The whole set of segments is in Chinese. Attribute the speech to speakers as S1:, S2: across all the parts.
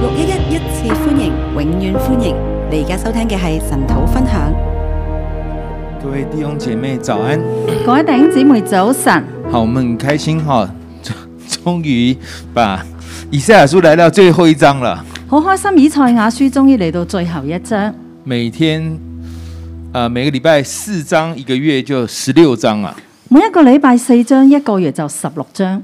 S1: 六一一一次歡迎，永遠歡迎！你而家收聽嘅係神土分享。
S2: 各位弟兄姐妹早安，
S1: 各位弟兄姊妹早晨，
S2: 好，我们很开心哈、终终于把以赛亚书来到最后一章了。
S1: 好開心！以賽亞書終於嚟到最後一章，
S2: 每天，呃，每个礼拜四章，一个月就十六章啊。
S1: 每一個禮拜四章，一個月就十六章，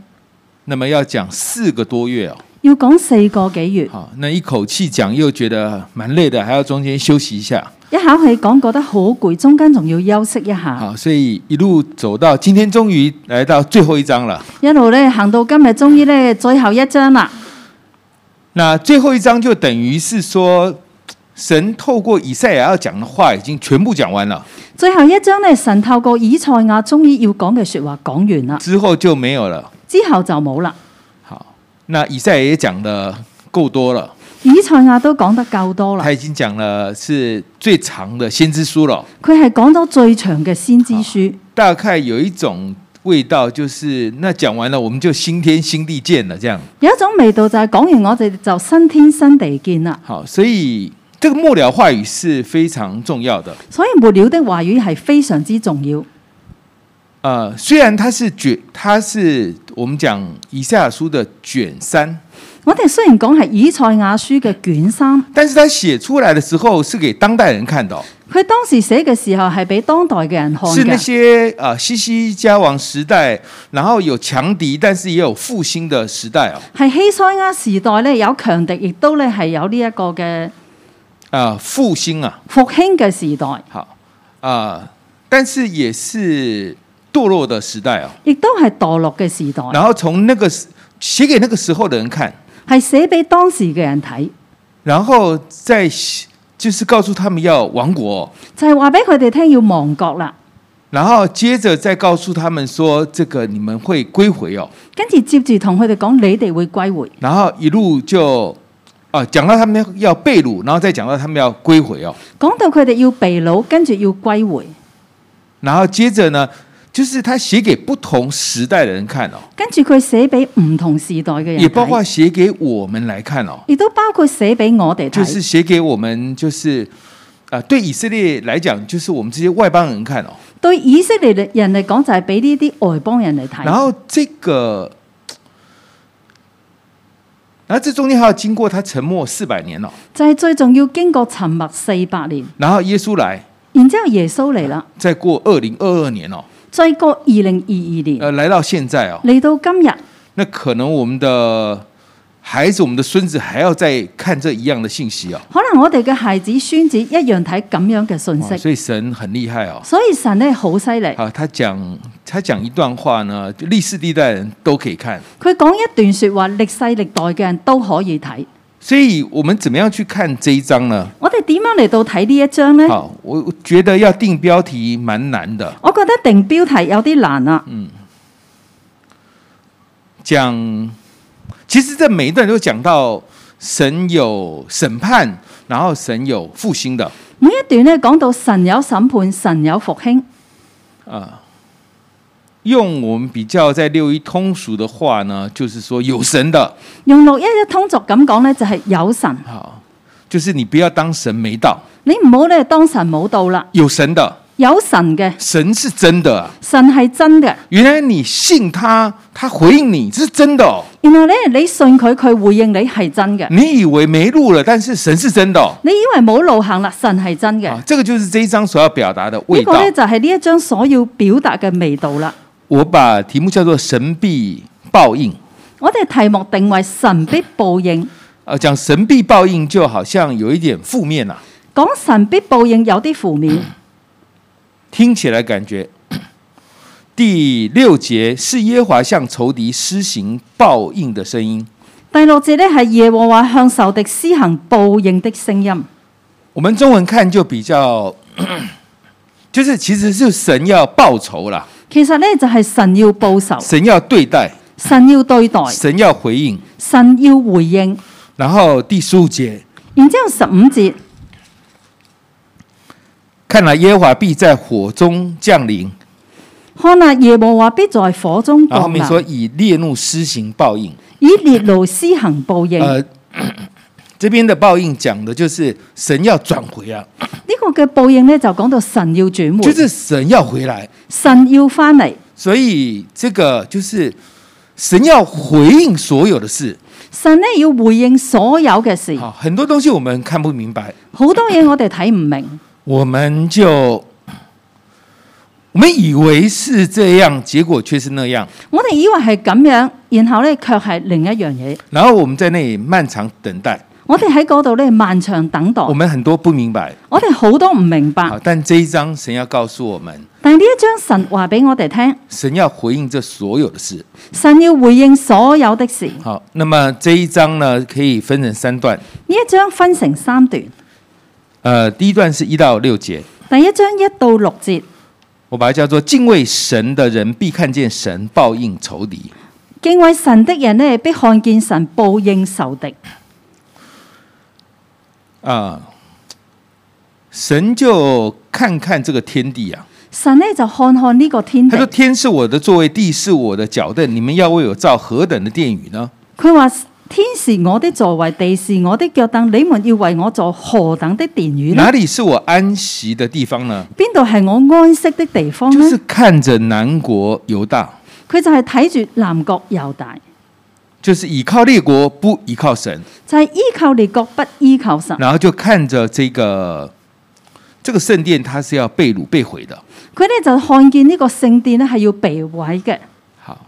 S2: 那么要讲四个多月哦，
S1: 要講四個幾月，
S2: 好，那一口气讲又觉得蛮累的，还要中间休息一下，
S1: 一口氣講覺得好攰，中間仲要休息一下，
S2: 好，所以一路走到今天，终于来到最后一章了。
S1: 一路咧行到今日，終於咧最後一章啦。
S2: 那最后一章就等于是说，神透过以赛亚要讲的话已经全部讲完了，
S1: 最後一章咧，神透過以賽亞終於要講嘅说話講完啦，
S2: 之后就没有了。
S1: 之後就冇啦。
S2: 好，那以赛亚也讲的够多了，
S1: 以賽亞都講得夠多啦
S2: 他，已经讲了是最长的先知书了，
S1: 佢係講到最長嘅先知書。
S2: 大概有一种味道，就是那讲完了我们就新天新地见了这样。
S1: 有一種味道就係講完我哋就新天新地見啦，
S2: 好，所以这个末了话语是非常重要的。
S1: 所以末了的話語係非常之重要。
S2: 呃，虽然它是卷，它是我们讲以赛亚书的卷三，
S1: 我哋雖然講係以賽亞書嘅卷三，
S2: 但是它写出来的时候是给当代人看的、哦，
S1: 佢當時寫嘅時候係俾當代嘅人看
S2: 是那
S1: 嘅，
S2: 些呃西西家王时代，然后有强敌，但是也有复兴的时代哦。
S1: 係希塞亞時代咧有強敵，亦都咧係有呢一個嘅
S2: 啊、复兴啊，
S1: 復興嘅時代，
S2: 好啊、但是也是堕落的時代哦。
S1: 亦都係墮落嘅時代，
S2: 然後從那個時寫給那個時候的人看，
S1: 係寫俾當時嘅人睇，
S2: 然後再寫就是告訴他們要亡國哦、
S1: 就係話俾佢哋聽要亡國啦。
S2: 然後接着再告訴他們說這個你們會歸回哦，
S1: 跟住接住同佢哋講，你哋會歸回，
S2: 然後一路就啊講、到他們要被掳，然後再講到他們要歸回哦，
S1: 講到佢哋要被擄，跟住要歸回。
S2: 然後接着呢，就是他寫給不同時代的人看哦，
S1: 跟住佢寫俾唔同時代嘅人睇，
S2: 也包括寫給我們來看哦。
S1: 亦都包括寫俾我哋睇，
S2: 就是写给我们，就是啊、呃对以色列来讲，就是我们这些外邦人看哦。
S1: 對以色列人嚟講就係俾呢啲外邦人嚟睇。
S2: 然后这个，然后这中间还要经过他沉默四百年哦。
S1: 就係最重要，經過沉默四百年，
S2: 然后耶稣来，
S1: 然之後耶穌嚟啦，
S2: 再过二零二二年哦，
S1: 再過二零二二年
S2: 呃，来到现在哦，
S1: 嚟到今日，
S2: 那可能我们的孩子、我们的孙子还要再看这一样的信息哦。
S1: 可能我哋嘅孩子孫子一樣睇咁樣嘅信
S2: 哦
S1: 息，
S2: 所以神很厉害哦。
S1: 所以神咧好犀利，
S2: 啊，他讲他讲一段话呢，历世历代人都可以看。
S1: 佢講一段説話，歷世歷代嘅人都可以睇。
S2: 所以我們怎麼樣去看這一章呢？
S1: 我哋點樣嚟到睇呢一章呢？
S2: 好，我我覺得要定標題蠻難的，
S1: 我覺得定標題有啲難啊。
S2: 嗯講其實這每一段都講到神有審判，然後神有復興的
S1: 每一段咧講到神有審判，神有復興。
S2: 啊。用我們比較在六一通俗的話呢，就是說有神的，
S1: 用六一一通俗咁講咧，就係有神，
S2: 好，就是你不要當神沒到，
S1: 你唔好咧當神冇到啦。
S2: 有神的，
S1: 有神嘅，
S2: 神是真的啊。
S1: 神係真嘅。
S2: 原來你信他，他回應你，這是真的哦。
S1: 然後咧，你信佢，佢回應你係真嘅。
S2: 你以為沒路了，但是神是真的哦。
S1: 你以為冇路行啦，神係真嘅。
S2: 啊，这个就是这一章所要表达的味
S1: 呢個
S2: 道。
S1: 咧就係呢一章所要表達嘅味道啦。
S2: 我把题目叫做“神必报应”。
S1: 我哋題目定為神必報應，
S2: 呃，讲神必报应，就好像有一点负面啊，
S1: 講神必報應有啲負面。
S2: 听起来感觉 第六节是耶和华向仇敌施行报应的声音。
S1: 第六節咧係耶和華向仇敵施行報應的聲音。
S2: 我们中文看就比较， 就是其实是神要报仇啦，
S1: 其實咧就係神要報仇，
S2: 神要对待，
S1: 神要對待，
S2: 神要回应。
S1: 神要回應。
S2: 然后第十五节，
S1: 然之後十五節，
S2: 看来耶和华必在火中降临，
S1: 看啊耶和華必在火中
S2: 啊然后后
S1: 降
S2: 面说
S1: 臨，
S2: 以烈怒施行报应。
S1: 以烈怒施行報應。
S2: 呃， 这边的报应讲的就是神要转回啊，
S1: 呢個嘅報應咧就講到神要轉
S2: 就
S1: 回，
S2: 是神要回来，
S1: 神要翻嚟，
S2: 所以这个就是神要回应所有的事。
S1: 神咧要回應所有嘅事。
S2: 好，很多东西我们看不明白，
S1: 好多嘢我哋睇唔明，
S2: 我们就我们以为是这样，结果却是那样，
S1: 我哋以為係咁樣，然後咧卻係另一樣嘢。
S2: 然后我们在那里漫长等待，
S1: 我哋喺嗰度咧漫長等待，
S2: 我们很多不明白。
S1: 我哋好多唔明
S2: 好，
S1: 白。
S2: 但这一章神要告诉我们，
S1: 但係呢一章神話俾我哋聽，
S2: 神要回应这所有的事。
S1: 神要回應所有的事。
S2: 好，那么这一章呢，可以分成三段。
S1: 呢一章分成三段，
S2: 呃，第一段是一到六节，
S1: 第一章一到六節，
S2: 我把它叫做敬畏神的人必看见神报应仇敌。
S1: 敬畏神的人呢，必看見神報應仇敵。
S2: 啊、神就看看这个天地啊，
S1: 神呢就看看呢個天
S2: 他
S1: 地
S2: 说：“，天是我的座位，地是我的脚凳，你们要为我造何等的殿宇呢？
S1: 佢話：天是我的座位，地是我的腳凳，你們要為我做何等的殿宇呢
S2: 哪？里是我安息的地方呢？”
S1: 邊度係我安息的地方
S2: 就是
S1: 呢？
S2: 看着南国犹大，
S1: 佢就係睇住南國猶大，
S2: 就是倚靠列国，不倚靠神，
S1: 就係、依靠列國，不依靠神。
S2: 然后就看着这个这个圣殿，它是要被掳被毁的。
S1: 佢咧就看見呢個聖殿咧係要被毀嘅，
S2: 好，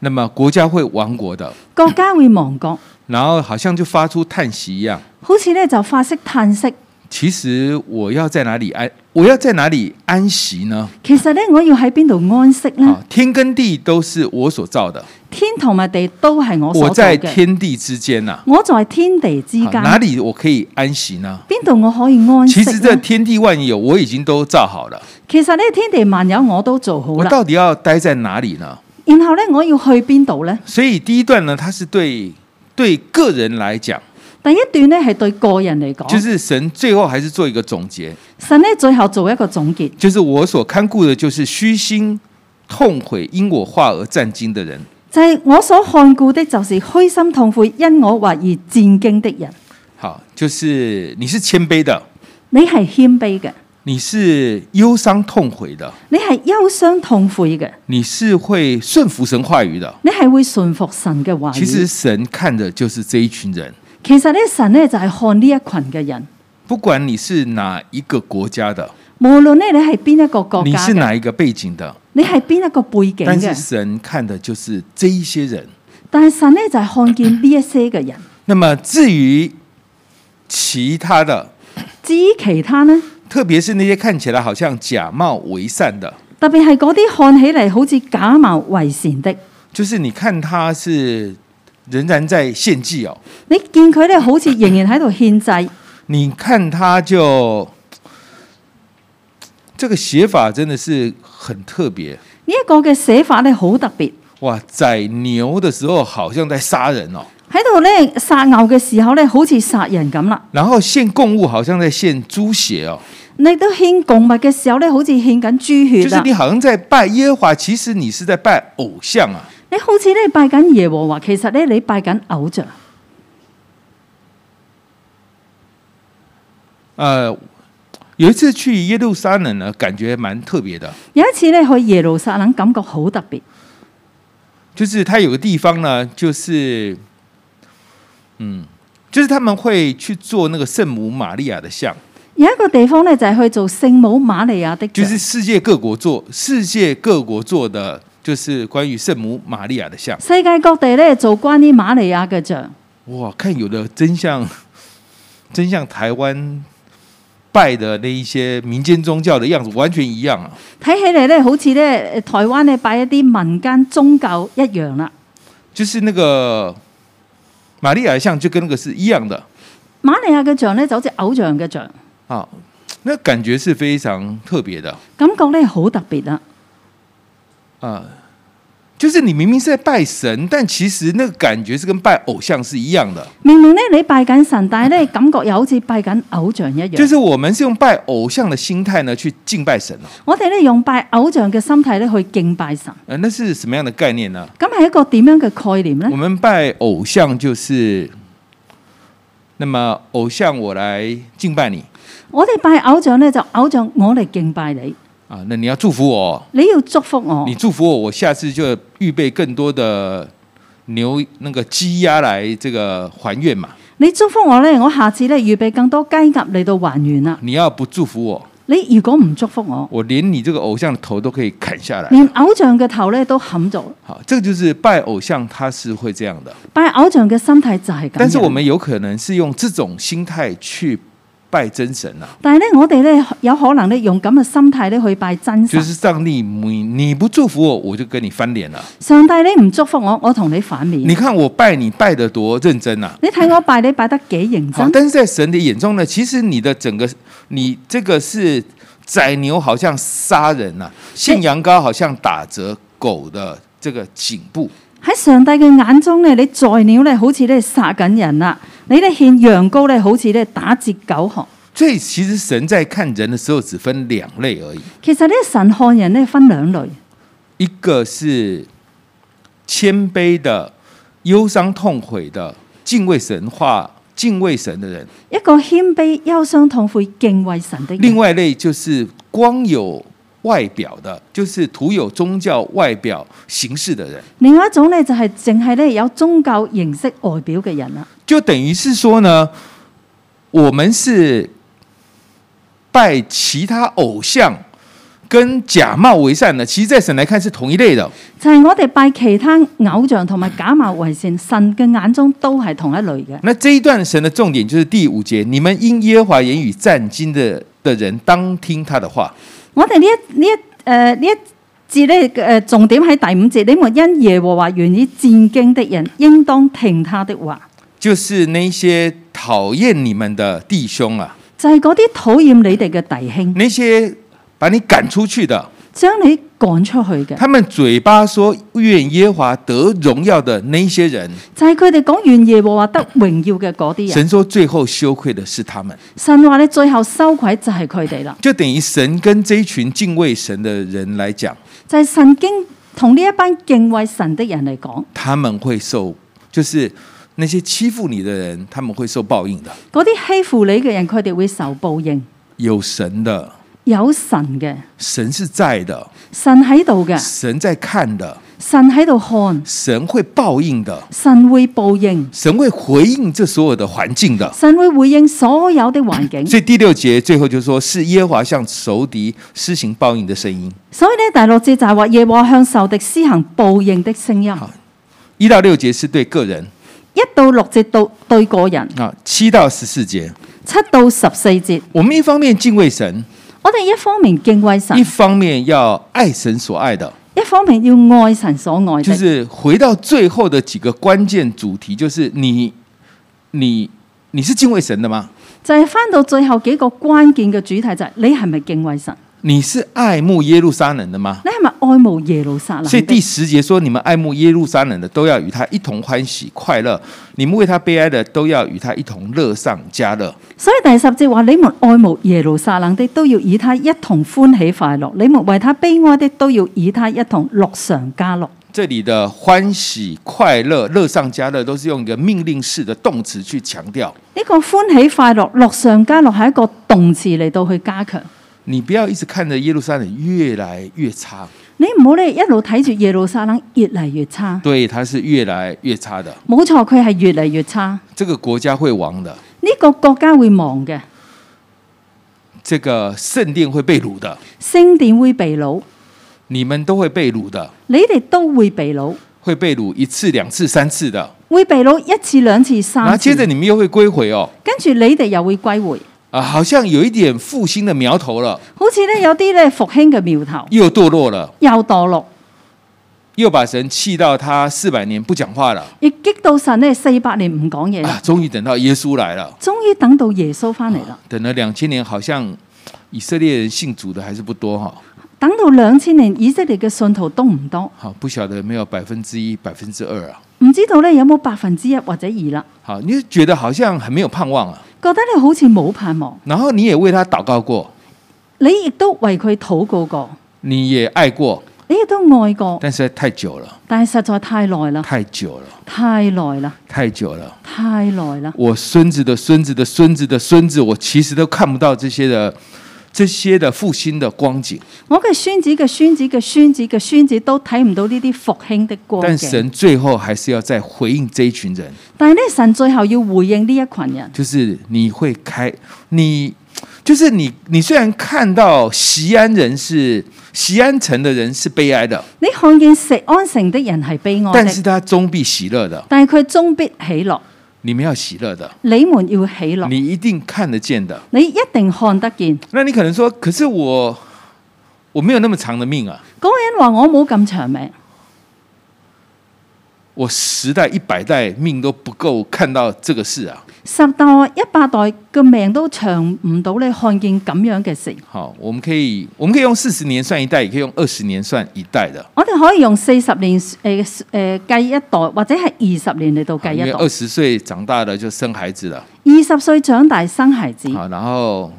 S2: 那么国家会亡国的，
S1: 國家會亡國，
S2: 然后好像就发出叹息一样。
S1: 好似咧就發息嘆息。
S2: 其实我要在哪里安？我要在哪里安息呢？
S1: 其實咧，我要喺邊度安息
S2: 啊
S1: 呢？，
S2: 天跟地都是我所造的，
S1: 天同埋地都係我所
S2: 我
S1: 做
S2: 在
S1: 嘅，
S2: 天地之间呐、
S1: 我在天地之
S2: 好
S1: 間，
S2: 哪里我可以安息呢？
S1: 邊度我可以安息
S2: 其实这
S1: 呢？
S2: 天地万有我已经都造好了，
S1: 其實咧，天地萬有我都做好
S2: 我
S1: 啦。
S2: 到底要待在哪里呢？
S1: 然後咧，我要去邊度呢？
S2: 所以第一段呢，它是对对个人来讲，
S1: 第一段咧係對個人嚟講，
S2: 就是神最后还是做一个总结，
S1: 神咧最後做一個總結。
S2: 就是我所看顾的，就是虚心痛悔因我话而战惊的人。
S1: 就係我所看顧的，就是虛心痛悔因我或而戰驚的人。
S2: 好，就是你是谦卑的，
S1: 你係謙卑嘅，
S2: 你是忧伤痛悔的，
S1: 你係憂傷痛悔嘅，
S2: 你是會顺服神话语的。
S1: 你係會順服神嘅話語。
S2: 其實神看的就是這一群人，
S1: 其實咧，神咧就係看呢一群嘅人，
S2: 不管你是哪一個國家的，
S1: 無論咧你係邊一個國
S2: 你
S1: 家
S2: 是
S1: 嘅，
S2: 哪一個背景的，
S1: 你係邊一個背景
S2: 但是
S1: 嘅，
S2: 神看的就是這一些人。
S1: 但係神咧就係看見呢一些嘅人。
S2: 那麼至於其他的，
S1: 至於其他呢，
S2: 特別是那些看起來好像假冒為善的，
S1: 特別係嗰啲看起嚟好似假冒為善的，
S2: 就是你看他是仍然在献祭哦，
S1: 你見佢咧好似仍然喺度獻祭，
S2: 你看他就这个写法真的是很特別。
S1: 呢一個嘅寫法咧好特別，
S2: 哇，宰牛的时候好像在杀人哦，
S1: 喺度咧殺牛嘅時候咧好似殺人咁啦。
S2: 然后献供物好像在献猪血哦，
S1: 你都獻動物嘅時候咧，好似獻緊豬
S2: 就
S1: 血啊
S2: 是
S1: 啦。
S2: 你好像在拜耶和华，其实你是在拜偶像啊。
S1: 你好似咧拜緊耶和華，其實咧你拜緊偶像。
S2: 呃，有一次去耶路撒冷呢，感觉蛮特别的，
S1: 有一次咧去耶路撒冷，感覺好特別。
S2: 就是它有个地方呢，就是，嗯，就是他们会去做那个圣母玛利亚的像，
S1: 有一個地方咧就係去做聖母瑪利亞的
S2: 就
S1: 像，
S2: 是世界各国做世界各国做的，就是关于圣母玛利亚的像。
S1: 世界各地咧做關於瑪利亞嘅像。
S2: 哇，看有的真像， 真像台湾拜的那一些民间宗教的样子完全一样啊。
S1: 睇起嚟咧，好似咧台灣咧拜一啲民間宗教一樣啦。
S2: 就是那个玛利亚像就跟那个是一样的
S1: 瑪利亞嘅像咧就好似偶像嘅像，
S2: 啊，那感觉是非常特别的
S1: 感覺咧好特別啦。
S2: 啊。就是你明明是在拜神，但其实那个感觉是跟拜偶像是一样的。
S1: 明明咧你拜緊神，但係咧感覺又好似拜緊偶像一樣。
S2: 就是我们是用拜偶像的心态呢去敬拜神哦
S1: 我哋咧用拜偶像嘅心態咧去敬拜神，
S2: 呃，那是什么样的概念呢？
S1: 嗯咁係一個點樣嘅概念呢
S2: 我？们拜偶像就是那么偶像我来敬拜你
S1: 我哋拜偶像呢，就偶像我嚟敬拜你，
S2: 啊，那你要祝福我，
S1: 你要祝福我
S2: 你，祝福我，我下次就预备更多的牛那个鸡鸭来这个还愿嘛。
S1: 你祝福我呢，我下次呢預備更多雞鴨嚟到還原啦。
S2: 你要不祝福我，
S1: 你如果唔祝福我，哎
S2: 我连你这个偶像的头都可以砍下来。
S1: 連偶像嘅頭呢都冚咗，
S2: 好，这个就是拜偶像，他是会这样的。
S1: 拜偶像嘅心態就係咁樣。
S2: 但是我们有可能是用这种心态去拜真神啊，
S1: 但係咧，我哋咧有可能咧用咁嘅心態咧去拜真神。
S2: 就是上帝，你你不祝福我，我就跟你翻脸了。
S1: 上帝你唔祝福我，我同你反面。
S2: 你看我拜你拜得多认真啊！
S1: 你睇我拜你拜得幾認
S2: 好，
S1: 真，
S2: 但是在神的眼中呢，其实你的整个你这个是宰牛好像杀人啊，献羊羔好像打折狗的这个颈部。
S1: 喺上帝嘅眼中咧，你在鳥咧好似咧殺緊人啦，你咧獻羊羔咧好似咧打折狗殼。
S2: 所以其实神在看人的时候只分两类而已，
S1: 其實咧神看人咧分兩類，
S2: 一个是谦卑的、忧伤痛悔的、敬畏神话、敬畏神的人；
S1: 一個謙卑、憂傷、痛悔、敬畏神的人。
S2: 另外一类就是光有外表的，就是徒有宗教外表形式的人。
S1: 另外一種咧就係淨係咧有宗教形式外表嘅人啊啦。
S2: 就等于是说呢，我们是拜其他偶像跟假冒为善的，其实，在神来看是同一类的。
S1: 就係我哋拜其他偶像同埋假冒為善，神嘅眼中都係同一類嘅。
S2: 那这一段神的重点就是第五节：你们因耶和华言语战惊的的人，当听他的话。
S1: 我哋呢一呢一诶呢、一節咧诶重點喺第五節，你們因耶和華願意戰經的人，應當聽他的話。
S2: 就是那些讨厌你们的弟兄啊，
S1: 就係嗰啲討厭你哋嘅弟兄，
S2: 那些把你赶出去的，
S1: 將你趕出去嘅，
S2: 他们嘴巴说愿耶和华得荣耀的那些人，
S1: 就係佢哋講願耶和華得榮耀嘅嗰啲人。
S2: 神说最后羞愧的是他们。
S1: 神話你最後羞愧就係佢哋啦，
S2: 就等于神跟这一群敬畏神的人来讲，
S1: 就係神經同呢一班敬畏神的人嚟講。
S2: 他们会受，就是那些欺负你的人，他们会受报应的。
S1: 嗰啲欺負你嘅人，佢哋會受報應。
S2: 有神的，
S1: 有神嘅，
S2: 神是在的，
S1: 神喺度嘅，
S2: 神在看的，
S1: 神喺度看，
S2: 神会报应的，
S1: 神會報應，
S2: 神会回应这所有的环境的。
S1: 神會回應所有的環境。
S2: 所以第六节最后就说是耶和华向仇敌施行报应的声音。
S1: 所以呢，第六節就係話耶和華向仇敵施行報應的聲音。
S2: 好一到六节是对个人
S1: 一到六節到對個人，
S2: 啊，七到十四节，
S1: 七到十四節，
S2: 我们一方面敬畏神，
S1: 我哋一方面敬畏神
S2: 一，方面要爱神所爱的。
S1: 一方面要愛神所愛
S2: 就
S1: 的。
S2: 是回到最后的几个关键主题，就是你、你、你是敬畏神的吗？
S1: 就係翻到最後幾個關鍵嘅主題就係、你係咪敬畏神？
S2: 你是爱慕耶路撒冷的吗？
S1: 你係咪愛慕耶路撒冷的？
S2: 所以第十节说：“你们爱慕耶路撒冷的，都要与他一同欢喜快乐；你们为他悲哀的，都要与他一同乐上加乐。
S1: 所以第十節話：你們愛慕耶路撒冷的，都要以他一同歡喜快樂；你們為他悲哀的，都要以他一同樂上加樂。”
S2: 这里的欢喜、快乐、乐上加乐，都是用一个命令式的动词去强调。
S1: 呢、個歡喜快樂、樂上加樂係一個動詞嚟到去加強。
S2: 你不要一直看着耶路撒冷越来越差，
S1: 你唔好咧一路睇住耶路撒冷越嚟越差，
S2: 对，它是越来越差的。
S1: 冇錯，佢係越嚟越差。
S2: 这个国家会亡的。
S1: 呢、個國家會亡嘅，
S2: 这个圣殿会被掳的，
S1: 聖殿會被掳，
S2: 你们都会被掳的，
S1: 你哋都會被掳，
S2: 会被掳一次、两次、三次的，
S1: 會被掳一次、兩次、
S2: 然后
S1: 三次
S2: 接，着你们又会归回哦，
S1: 跟住你哋又會歸回，
S2: 啊，好像有一点复兴的苗头了，
S1: 好似咧有啲咧復興嘅苗頭，
S2: 又堕落了，
S1: 又墮落。
S2: 又把神气到他四百年不讲话了，
S1: 亦激到神呢四百年唔講嘢
S2: 啊
S1: 啦，，
S2: 终于等到耶稣来了，
S1: 終於等到耶穌翻嚟啦，
S2: 等了两千年，好像以色列人信主的还是不多哈、
S1: 等到兩千年以色列嘅信徒都唔多，
S2: 好，不晓得有没有百分之一、百分之二啊，
S1: 唔知道呢有冇百分之一或者二啦，
S2: 好，你就觉得好像很没有盼望啊，
S1: 覺得你好似冇盼望，
S2: 然后你也为他祷告过，
S1: 你亦都為佢禱告過，
S2: 你也爱过，
S1: 你亦都愛過，
S2: 但是在太久了，
S1: 但係實在太耐啦，
S2: 太久了，
S1: 太耐啦，
S2: 太久了。
S1: 太耐啦。
S2: 我孙子的孙子的孙子的孙子，我其实都看不到这些的这些的复兴的光景。
S1: 我嘅孫子嘅孫子嘅孫子嘅孫子都睇唔到呢啲復興的光
S2: 但
S1: 景。
S2: 神最后还是要再回應这一群人，
S1: 但係咧，神最後要回應呢一群人，
S2: 就是你会开，你就是你，你虽然看到西安人是西安城的人是悲哀的，
S1: 你看見食安城的人係悲哀
S2: 但是
S1: 的，
S2: 他终必喜乐的。
S1: 但係佢終必喜樂。
S2: 你们要喜乐的，
S1: 你們要喜樂，
S2: 你一定看得见的。
S1: 你一定看得見。
S2: 那你可能说，可是我我没有那么长的命啊，
S1: 嗰、個人話：我冇咁長命，
S2: 我十代一百代命都不够看到这个事啊。
S1: 十代一百代嘅命都長唔到你看見咁樣嘅事。
S2: 好，我们可以我们可以用四十年算一代，也可以用二十年算一代的。
S1: 我哋可以用四十年誒誒計一代，或者係二十年嚟到計
S2: 因
S1: 一
S2: 为
S1: 代
S2: 二。十岁長大了就生孩子了，
S1: 二十歲長大生孩子，
S2: 好，然后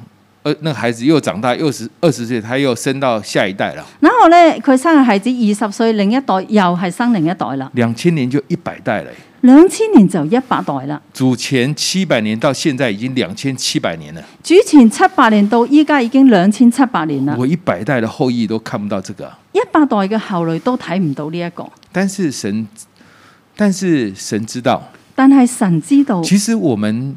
S2: 呃那个孩子又長大，又十二十岁，他又生到下一代了，
S1: 然後咧佢生嘅孩子二十歲，另一代又係生另一代啦。
S2: 兩千年就一百代了。
S1: 兩千年就一百代啦，
S2: 主前七百年到现在已经两千七百年了，
S1: 主前七百年到依家已經兩千七百年啦。
S2: 我一百代的后裔都看不到这个。
S1: 一百代嘅後裔都睇唔到呢、一個，
S2: 但是神，但是神知道，
S1: 但係神知道，
S2: 其实我们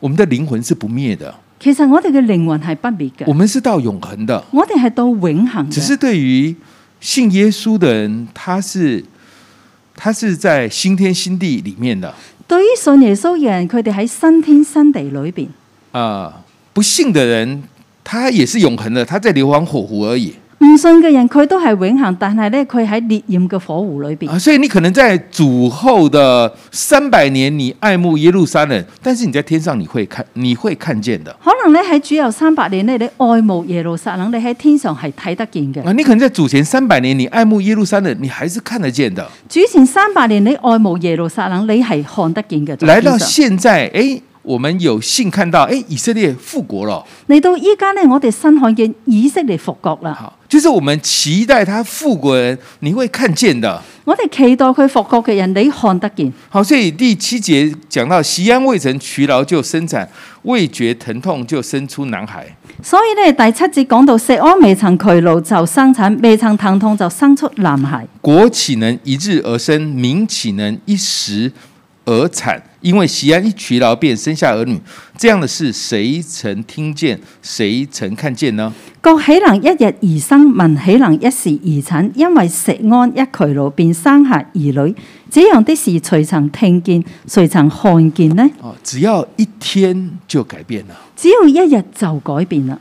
S2: 我们的灵魂是不灭的，
S1: 其實我哋嘅靈魂係不滅
S2: 我
S1: 嘅，
S2: 们是到永恒的。
S1: 我哋係到永恒
S2: 只
S1: 嘅。
S2: 是对于信耶稣的人，他是他是在新天新地里面的。
S1: 對於信耶穌嘅人，佢哋喺新天新地裏邊；
S2: 啊，不信的人，他也是永恒的，他在硫磺火湖而已
S1: 唔信嘅人，佢都係永恒，但係咧佢喺烈焰嘅火湖裏邊。
S2: 啊。所以你可能在主后的三百年，你爱慕耶路撒冷，但是你在天上你会看，你会看见的
S1: 可能咧喺主有三百年咧，你愛慕耶路撒冷，你喺天上係睇得見嘅。
S2: 啊。你可能在主前三百年，你爱慕耶路撒冷，你还是看得见的。
S1: 主前三百年，你愛慕耶路撒冷，你係看得見嘅。在
S2: 来到
S1: 天上
S2: 现在，哎，我们有幸看到，哎，以色列复国了，
S1: 嚟到依家咧，我哋新看見以色列復國啦，
S2: 好，就是我们期待他复国人，你会看见的。
S1: 我哋期待佢復國嘅人，你看得見。
S2: 好，所以第七节讲到，西安未曾劬劳就生产，未觉疼痛就生出男孩。
S1: 所以咧，第七節講到食安未曾疲勞就生產，未曾疼痛就生出男孩。
S2: 国岂能一日而生，民岂能一时而产？因为西安一劬劳便生下儿女，这样的事谁曾听见，谁曾看见呢？
S1: 國豈能一日而生，民豈能一時而產？因為食安一疲勞便生下兒女，這樣的事誰曾聽見，誰曾看見呢？
S2: 哦，只要一天就改变了。
S1: 只要一日就改變啦。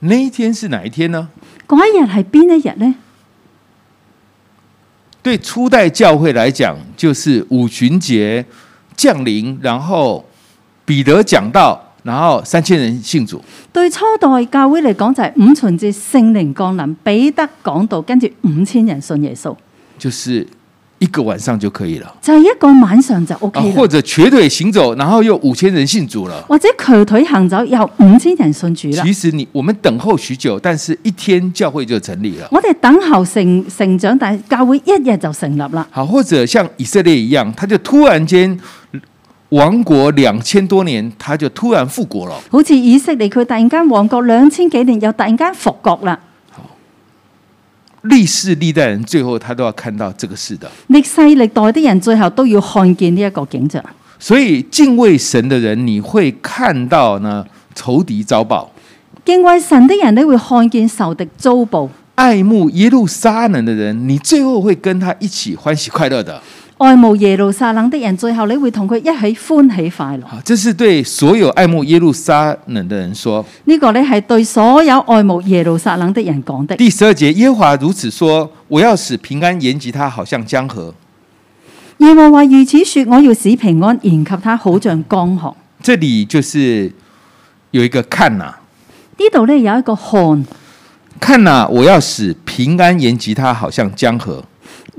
S2: 那一天是哪一天呢？
S1: 嗰一日係邊一日呢？
S2: 对初代教会来讲，就是五旬节降临，然后彼得讲道，然后三千人信主。
S1: 對初代教會嚟講就係五旬節聖靈降臨，彼得講道，跟住五千人信耶穌，
S2: 就是一个晚上就可以了。
S1: 就係、一個晚上就 O
S2: 啊
S1: K，啦
S2: 或。者瘸腿行走，然后又五千人信主了。
S1: 或者瘸腿行走有五千人信主啦。
S2: 其实你我们等候许久，但是一天教会就成立了。
S1: 我哋等候成成長，但係教會一日就成立啦。
S2: 好，或者像以色列一样，他就突然间亡国两千多年，他就突然复国了。
S1: 好似以色列，佢突然間旺角兩千幾年，又突然間復國啦。
S2: 历世历代人最后他都要看到这个事的。
S1: 歷世歷代啲人最後都要看見呢一個景象。
S2: 所以敬畏神的人，你会看到呢仇敌遭报；
S1: 敬畏神的人咧，会看見仇敵遭報；
S2: 爱慕耶路撒冷的人，你最后会跟他一起欢喜快乐的。
S1: 愛慕耶路撒冷的人，最後你會同佢一起歡喜快樂。
S2: 好，这是对所有爱慕耶路撒冷的人说。
S1: 呢、個个咧系对所有愛慕耶路撒冷的人講的。
S2: 第十二节，耶和华如此说：我要使平安延及他，好像江河。
S1: 耶和華如此說：我要使平安延及他，好像江河。
S2: 这里就是有一个看呐、
S1: 呢度咧有一個看。
S2: 看呐、我要使平安延及他，好像江河。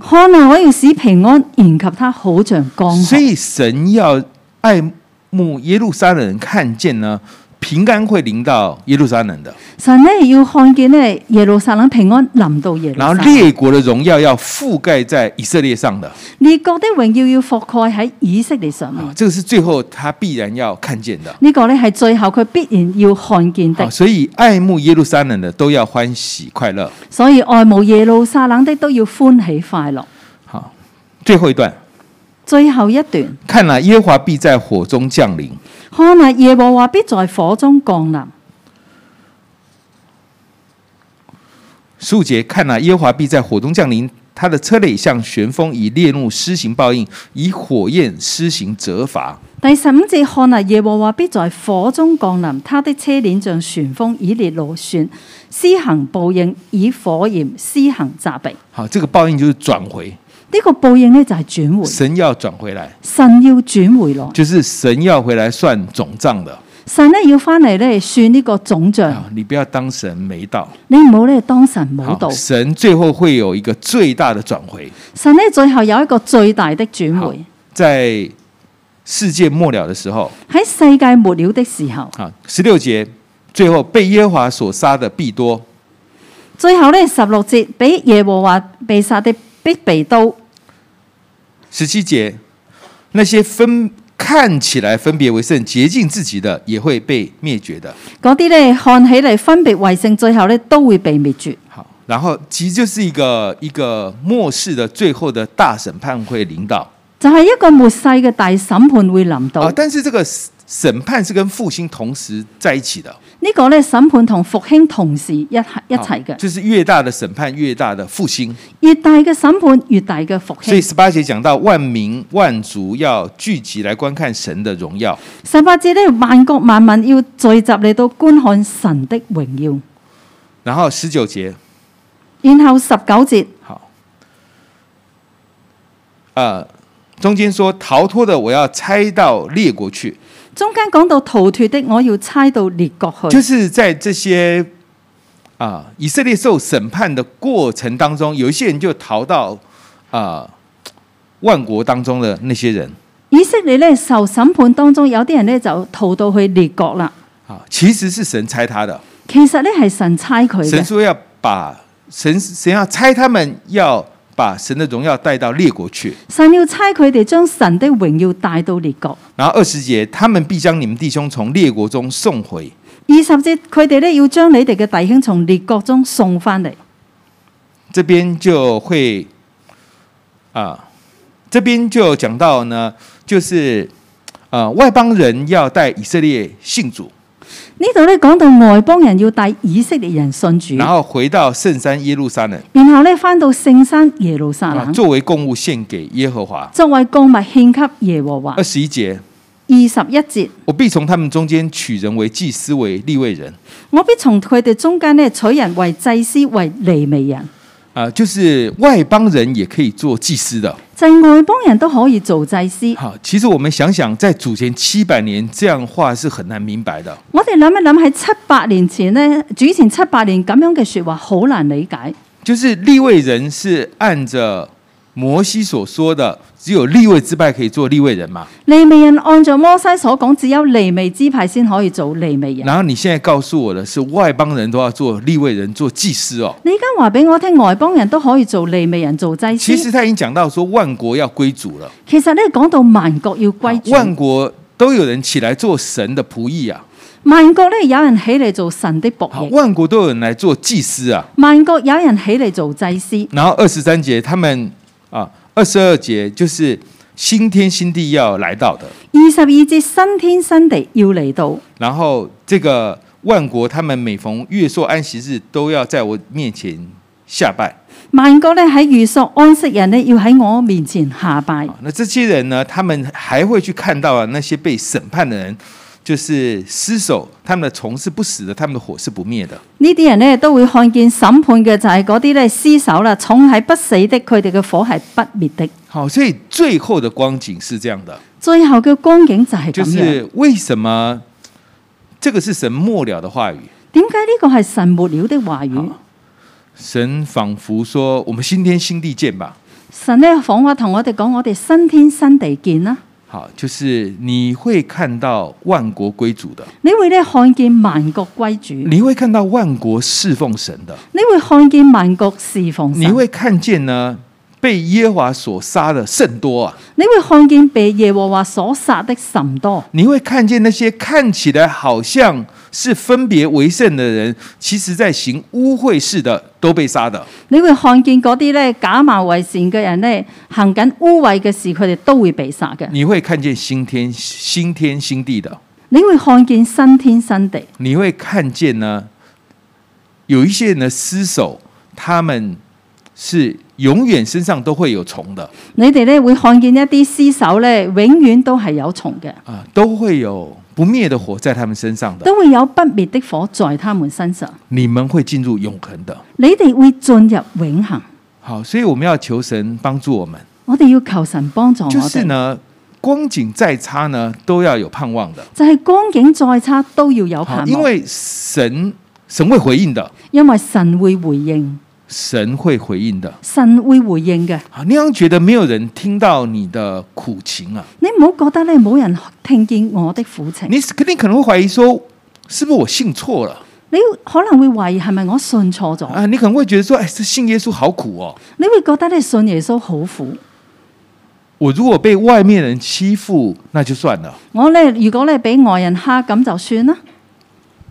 S1: 看啊！我要使平安延及他，好哦像江河。
S2: 所以神要爱慕耶路撒冷人看见呢，平安会临到耶路撒冷的，
S1: 神咧要看見咧耶路撒冷平安臨到耶路
S2: 然
S1: 撒
S2: 后
S1: 冷，
S2: 列国的荣耀要覆盖在以色列上的
S1: 列國的榮耀要覆蓋喺以色列上面。
S2: 啊，这个是最后他必然要看见的。
S1: 呢、個个咧系最後佢必然要看見
S2: 好，
S1: 的，
S2: 所以爱慕耶路撒冷的都要欢喜快乐。
S1: 所以愛慕耶路撒冷的都要歡喜快樂。
S2: 好，最后一段，
S1: 最後一段，
S2: 看了耶和华必在火中降临。
S1: 看啊，耶和華必在火中降臨。
S2: 十五节，看了耶和华必在火中降临，他的车辚像旋风，以烈怒施行报应，以火焰施行责罚。
S1: 第十五節看啊，耶和華必在火中降臨，他的車辚像旋風，以烈怒旋，施行報應，以火焰施行責備。
S2: 好，這個報應就是轉回，
S1: 呢、個報應咧就係轉回，
S2: 神要轉回來，
S1: 神要轉回來。
S2: 就是神要回來算總賬的。
S1: 神咧要翻嚟咧算呢個總帳，
S2: 啊，你不要當神沒到，
S1: 你唔好咧當神冇到
S2: 好，。神最後會有一個最大的轉回，
S1: 神咧最後有一個最大的轉
S2: 好
S1: 回，
S2: 在世界末了的時候，
S1: 喺世界末了的時候，
S2: 啊，十六節，最後被耶和華所殺的必多，
S1: 最後咧十六節，俾耶和華被殺的必被刀。
S2: 十七节，那些分看起来分别为圣、洁净自己的，也会被灭绝的。
S1: 嗰啲咧看起嚟分別為聖，最後咧都會被滅絕。
S2: 好，然后其实就是一个一个末世的最后的大审判会临到
S1: 就係一個末世嘅大審判會臨到。
S2: 啊，但是这个审判是跟复兴同时在一起的，
S1: 呢個咧審判同復興同時一齊一齊
S2: 啊
S1: 嘅，
S2: 就是越大的审判越大的复兴。
S1: 越大嘅審判越大嘅復
S2: 所以
S1: 興。
S2: 十八节讲到万民万族要聚集来观看神的荣耀，
S1: 十八節咧，萬國萬民要聚集嚟到觀看神的榮耀。
S2: 然后十九节
S1: 然後十九節
S2: 好，呃，中间说逃脱的，我要拆到列国去，
S1: 中間講到逃脱的，我要猜到列國
S2: 就
S1: 去。
S2: 是在这些啊、以色列受审判的过程当中，有一些人就逃到啊、万国当中的那些人
S1: 以色列咧受審判當中，有啲人咧就逃到去列國啦。
S2: 啊，其实是神拆他的，
S1: 其實咧係神差佢
S2: 神
S1: 嘅，
S2: 说要把神神要拆他们，要把神的荣耀带到列国去。
S1: 神要差佢哋將神的榮耀帶到列國。
S2: 然后二十节，他们必将你们弟兄从列国中送回。
S1: 二十節佢哋咧要將你哋嘅弟兄從列國中送翻嚟。
S2: 这边就会啊，这边就讲到呢，就是呃，外邦人要带以色列信主，
S1: 呢度咧講到外邦人要帶以色列人信主，
S2: 然后回到圣山耶路撒冷，
S1: 然後咧翻到聖山耶路撒
S2: 啊
S1: 冷，
S2: 作为供物献给耶和华。
S1: 作為供物獻給耶和華。
S2: 二十一节，
S1: 二十一節，
S2: 我必从他们中间取人为祭司为立位人
S1: 我必從佢哋中間咧取人為祭司，為利未人。
S2: 啊、就是外邦人也可以做祭司的。
S1: 就係外邦人都可以做祭司。
S2: 好，其实我们想想，在主前七百年，这样的话是很难明白的。
S1: 我哋諗一諗喺七八年前呢，主前七八年咁樣嘅説話好難理解。
S2: 就是立位人是按着摩西所说的，只有立位之派可以做立位人嘛。
S1: 利未人按照摩西所講，只有利未支派先可以做利未人。
S2: 然后你现在告诉我的是，外邦人都要做立位人，做祭司哦。
S1: 你而家話俾我聽，外邦人都可以做利未人做祭司。
S2: 其实他已经讲到说，万国要归主了，
S1: 其實咧講到萬國要歸主，
S2: 万国都有人起来做神的仆役啊，
S1: 萬國咧有人起嚟做神的僕
S2: 好，
S1: 役，
S2: 万国都有人来做祭司啊。
S1: 萬國有人起嚟做祭司。
S2: 然后二十三节，他们啊，二十二节就是新天新地要来到的。
S1: 二十二節新天新地要嚟到，
S2: 然后这个万国，他们每逢月朔安息日都要在我面前下拜。
S1: 萬國咧喺預索安息人咧要喺我面前下拜。
S2: 啊那这些人呢，他们还会去看到啊那些被审判的人，就是尸首，他们的虫是不死的，他们的火是不灭的。
S1: 呢啲人咧都會看見審判嘅就係嗰啲咧屍首啦，重係不死的，佢哋嘅火係不滅的。
S2: 好，所以最后的光景是这样的，
S1: 最後嘅光景就係
S2: 就
S1: 咁樣。
S2: 是为什么这个是神末了的话语？
S1: 點解呢個係神末了的話語？
S2: 啊神仿佛说：“我们新天新地见吧。
S1: 神咧仿佛同我哋講：我哋新天新地見啦。”
S2: 好，就是你会看到万国归主的，
S1: 你會咧看見萬國歸主，
S2: 你会看到萬國侍奉神的，
S1: 你會看見萬國侍奉
S2: 你
S1: 神，
S2: 会看见呢被耶和华所杀的甚多啊，
S1: 你會看見被耶和華所殺的甚多，
S2: 你会看见那些看起来好像是分别为圣的人，其实在行污秽事的都被杀的。
S1: 你會看見嗰啲咧假冒為善嘅人咧行緊污穢嘅事，佢哋都會被殺嘅。
S2: 你会看见新天新天新地的，
S1: 你會看見新天新地，
S2: 你会看见呢，有一些人的尸首，他们是永远身上都会有虫的
S1: 你哋咧會看見一啲屍首咧，永遠都係有蟲嘅，
S2: 啊，都会有不灭的火在他们身上的，
S1: 都會有不滅的火在他們身上。
S2: 你们会进入永恒的。
S1: 你哋會進入永恆。
S2: 好，所以我们要求神帮助我们，
S1: 我哋要求神幫助我
S2: 就是
S1: 哋，
S2: 呢，光景再差呢，都要有盼望的。
S1: 就係光景再差都要有盼
S2: 好，
S1: 望，
S2: 啊因為神神會回應的，
S1: 因為神會回應，
S2: 神會回應的。
S1: 神會回應嘅。
S2: 好，你让觉得没有人听到你的苦情啊，
S1: 你唔好覺得咧冇人聽見我的苦情，
S2: 你肯定可能会怀疑说，是不是我信错了
S1: 你可能會懷疑係咪我信錯咗？
S2: 啊？你可能會觉得说，哎，这信耶穌好苦哦。
S1: 你會覺得你信耶穌好苦。
S2: 我如果被外面人欺負，那就算了，
S1: 我咧如果咧俾外人蝦咁就算啦，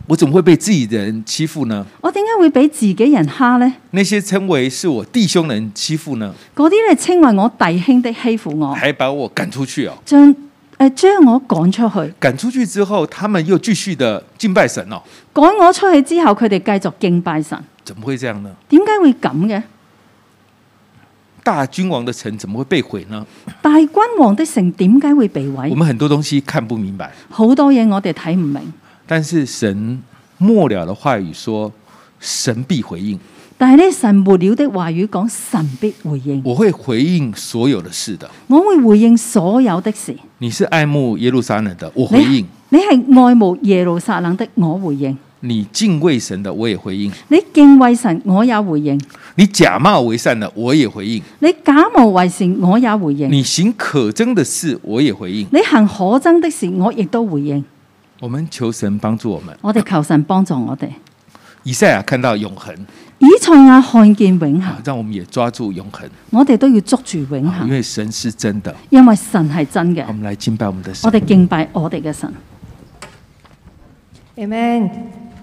S2: 我怎么會被自己的人欺負呢？
S1: 我點解會俾自己人蝦呢？
S2: 那些稱為是我弟兄的人欺負呢，
S1: 嗰啲咧稱為我弟兄的欺負我，
S2: 還把我趕出去哦。
S1: 將誒將我趕出去，
S2: 趕出去之後，他們又繼續的敬拜神哦，
S1: 趕我出去之後，佢哋繼續敬拜神。
S2: 怎麼會這樣呢？
S1: 點解會咁嘅？
S2: 大君王的城怎麼會被毀呢？
S1: 大君王的城點解會被
S2: 我
S1: 毀？
S2: 们很多东西看不明白，
S1: 好多嘢我哋睇唔明，
S2: 但是神末了的话语说：“神必回應，
S1: 但係咧神末了的話語講神必回應，
S2: 我会回應所有的事的。
S1: 我會回應所有的事。
S2: 你是愛慕耶路撒冷的，我回應
S1: 你你係愛慕耶路撒冷的，我回應；
S2: 你敬畏神的，我也回應
S1: 你敬畏神，我也回應；
S2: 你假冒為善的，我也回應
S1: 你假冒為善，我也回應；
S2: 你行可憎的事，我也回應
S1: 你行可憎的事，我亦都回應。
S2: 我們求神幫助我們。
S1: 我哋求神幫助我哋。
S2: 以賽亞看到永恒，
S1: 以賽亞看見永恆，
S2: 啊让我们也抓住永恒，
S1: 我哋都要捉住永
S2: 啊因
S1: 恆，
S2: 为神是真的。
S1: 因為神係真
S2: 我
S1: 嘅。
S2: 们来敬拜我们的神
S1: 我。哋敬拜我哋嘅神。
S3: Amen。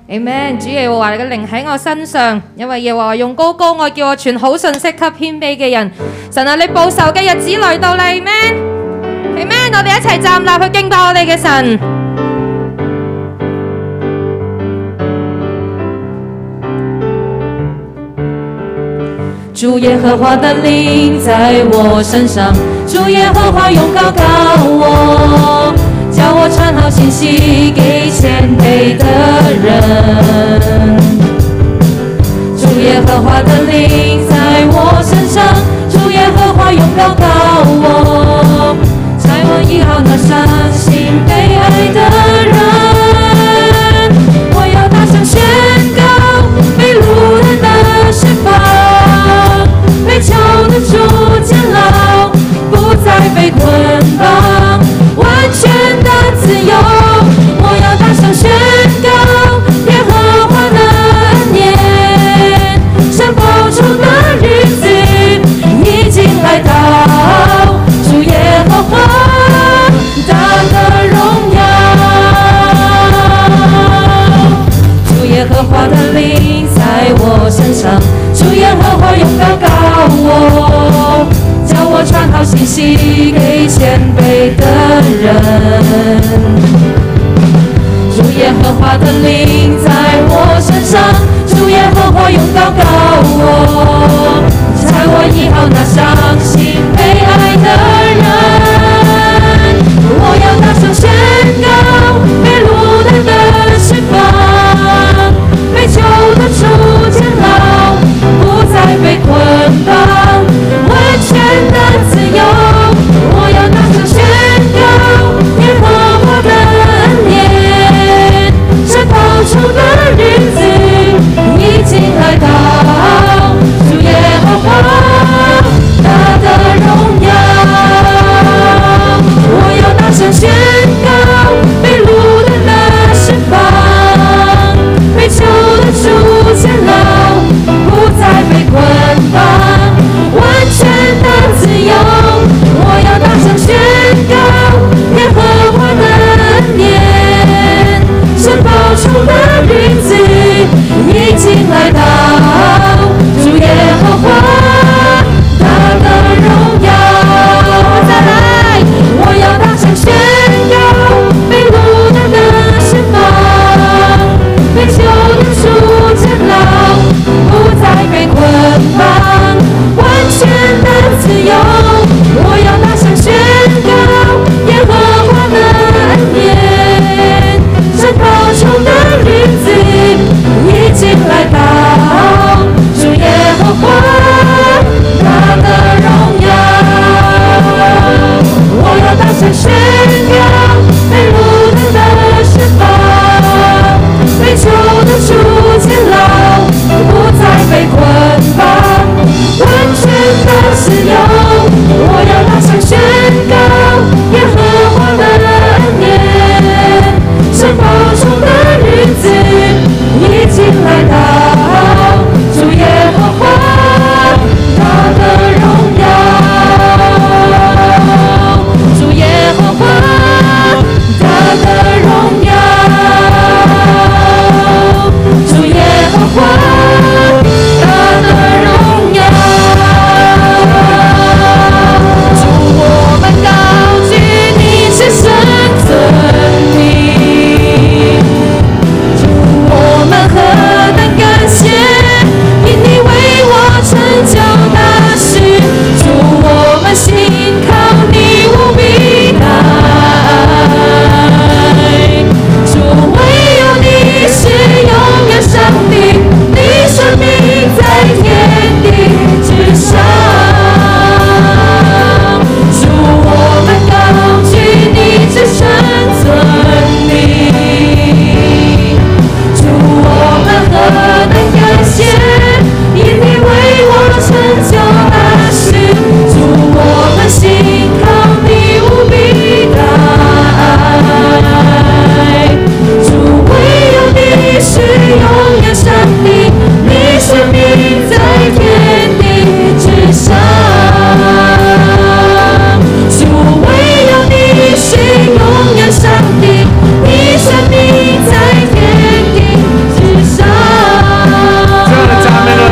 S3: Amen，主耶和華你嘅靈喺我身上，因為耶和華用高高我叫我傳好信息給謙卑嘅人。神啊，你報仇嘅日子來到啦，Amen。Amen，我哋一齊站立去敬拜我哋嘅神。主耶和华的灵在我身上，主耶和华用高高我，叫我传好信息给谦卑的人。主耶和华的灵在我身上，主耶和华用高高我，在我一号那伤心悲哀的人，我要大声宣告被掳人的释放，被囚的主监牢，不再被捆绑，完全的自由，我要大声宣告耶和华的恩典，神宝出的日子已经来到，主耶和华大的荣耀。主耶和华的灵在我身上，主耶和华用高高我，叫我传好信息给谦卑的人。主耶和华的灵在我身上，主耶和华用高高我，在我医好那伤心悲哀的人。我要大声宣告被掳难的释放，被囚的出监牢，不再被捆绑，完全的自由。我要大声宣告耶和华的恩典，神宝出的日子已经来到，主耶和华大的荣耀。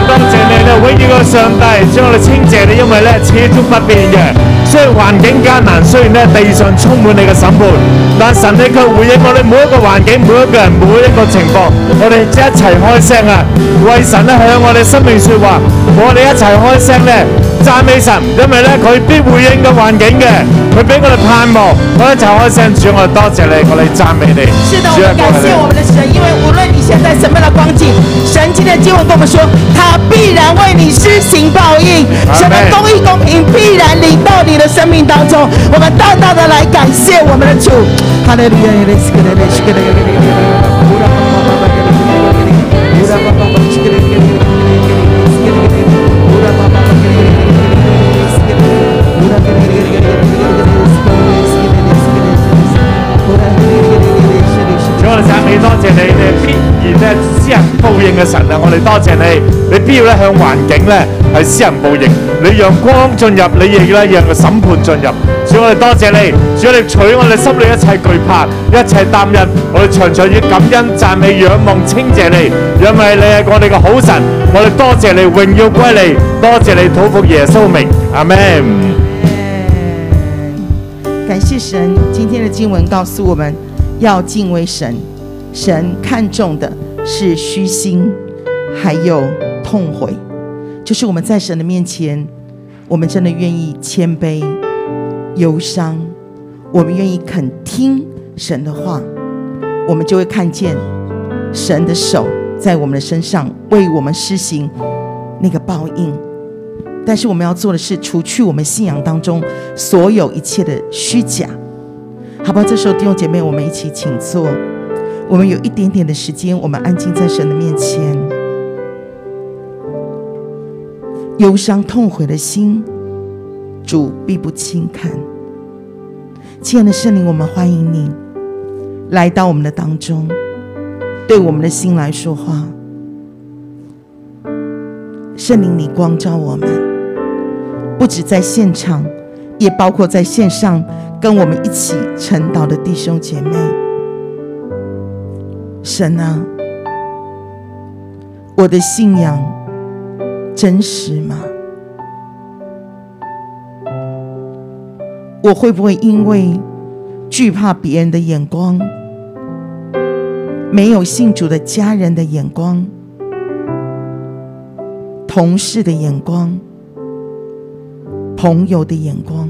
S4: 上帝，將我哋稱謝你，因為咧始終不變嘅。雖然環境艱難，雖然咧地上充滿你嘅審判，但神你卻回應我哋每一個環境、每一個人、每一個情況。我哋一齊開聲啊，為神咧向我哋生命説話。我哋一齊開聲咧讚啊美神，因為咧佢必回應嘅環境嘅，佢俾我哋盼望。我哋一齊開聲，主我哋多謝你，我哋讚美你。
S5: 是的，我
S4: 主啊
S5: 们感
S4: 我哋
S5: 谢我们的神，因为无论你现在什么样的光景，神今天经文跟我们说，他必然为你施行报应，神的公义公平必然临到你的生命当中。我们大大的来感谢我们的主，哈利路亚，耶利斯格勒勒西格勒格勒格勒格勒乌拉巴巴巴格勒格勒格勒乌拉巴巴巴西格勒格勒格勒格勒格勒西格勒格勒乌拉巴巴巴格勒格勒格勒格勒西格勒格勒乌拉格勒格勒格勒格勒格勒西格勒西格勒西格勒西格勒乌拉格勒格勒格勒西格勒。
S4: 主我哋赞美，多謝你，你係必然咧私人報應嘅神啊！我哋多謝你，你必要咧向環境咧係私人報應，你讓光進入，你亦咧讓個審判進入。主我哋多謝你，主你取我哋心裏一切懼怕、一切擔憂，我哋常常以感恩、讚美、仰望、稱謝你，因為你係我哋嘅好神，我哋多謝你，榮耀歸你，多謝你，討服耶穌名，阿門。
S5: 感谢神，今天的经文告诉我们要敬畏神。神看重的是虚心，还有痛悔，就是我们在神的面前，我们真的愿意谦卑、忧伤，我们愿意肯听神的话，我们就会看见神的手在我们的身上为我们施行那个报应。但是我们要做的是，除去我们信仰当中所有一切的虚假，好不好？这时候弟兄姐妹，我们一起请坐。我们有一点点的时间，我们安静在神的面前，忧伤痛悔的心，主必不轻看。亲爱的圣灵，我们欢迎你来到我们的当中，对我们的心来说话。圣灵，你光照我们，不止在现场，也包括在线上跟我们一起晨祷的弟兄姐妹。神啊，我的信仰真实吗？我会不会因为惧怕别人的眼光，没有信主的家人的眼光？同事的眼光、朋友的眼光，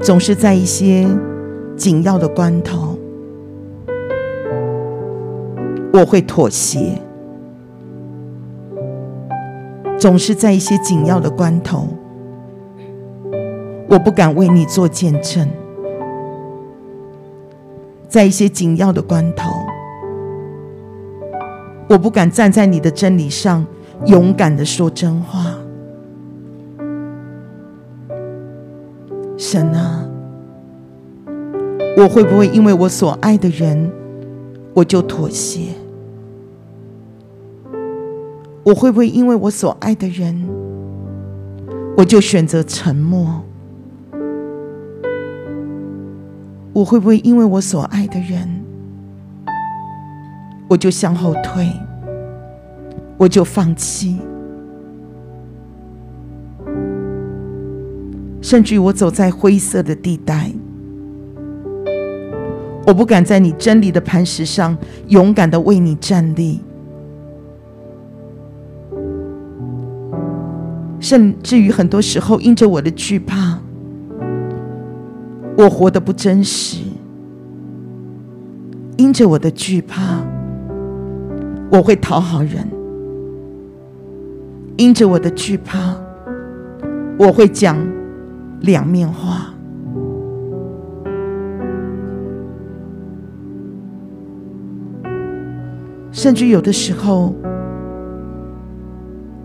S5: 总是在一些紧要的关头，我会妥协；总是在一些紧要的关头，我不敢为你做见证；在一些紧要的关头。我不敢站在你的真理上，勇敢的说真话。神啊，我会不会因为我所爱的人，我就妥协？我会不会因为我所爱的人，我就选择沉默？我会不会因为我所爱的人？我就向后退，我就放弃，甚至于我走在灰色的地带，我不敢在你真理的磐石上勇敢的为你站立，甚至于很多时候因着我的惧怕，我活得不真实，因着我的惧怕。我会讨好人。因着我的惧怕，我会讲两面话。甚至有的时候，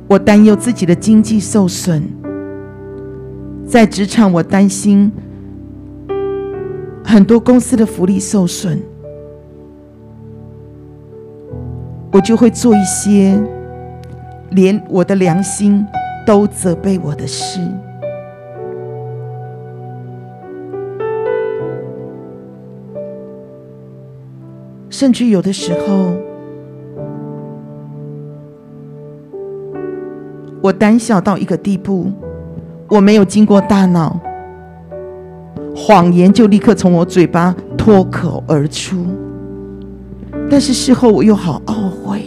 S5: 我担忧自己的经济受损，在职场我担心很多公司的福利受损，我就会做一些连我的良心都责备我的事。甚至有的时候，我胆小到一个地步，我没有经过大脑，谎言就立刻从我嘴巴脱口而出。但是事后我又好懊悔，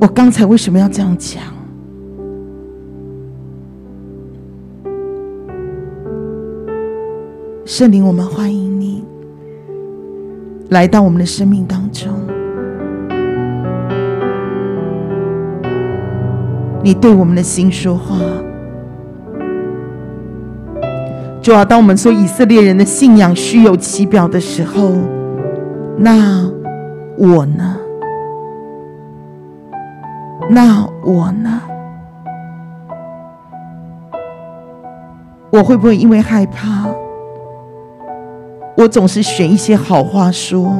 S5: 我刚才为什么要这样讲？圣灵，我们欢迎你来到我们的生命当中。你对我们的心说话。主啊，当我们说以色列人的信仰虚有其表的时候，那我呢？那我呢？我会不会因为害怕，我总是选一些好话说，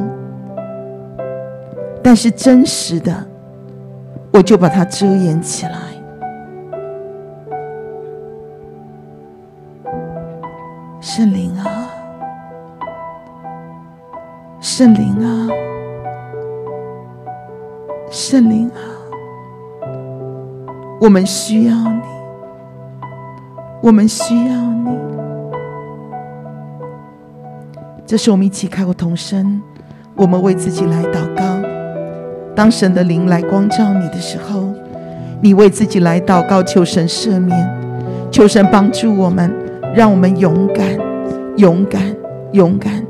S5: 但是真实的，我就把它遮掩起来。圣灵啊，圣灵啊，圣灵啊，我们需要你，我们需要你。这时，我们一起开口同声，我们为自己来祷告。当神的灵来光照你的时候，你为自己来祷告，求神赦免，求神帮助我们，让我们勇敢、勇敢、勇敢，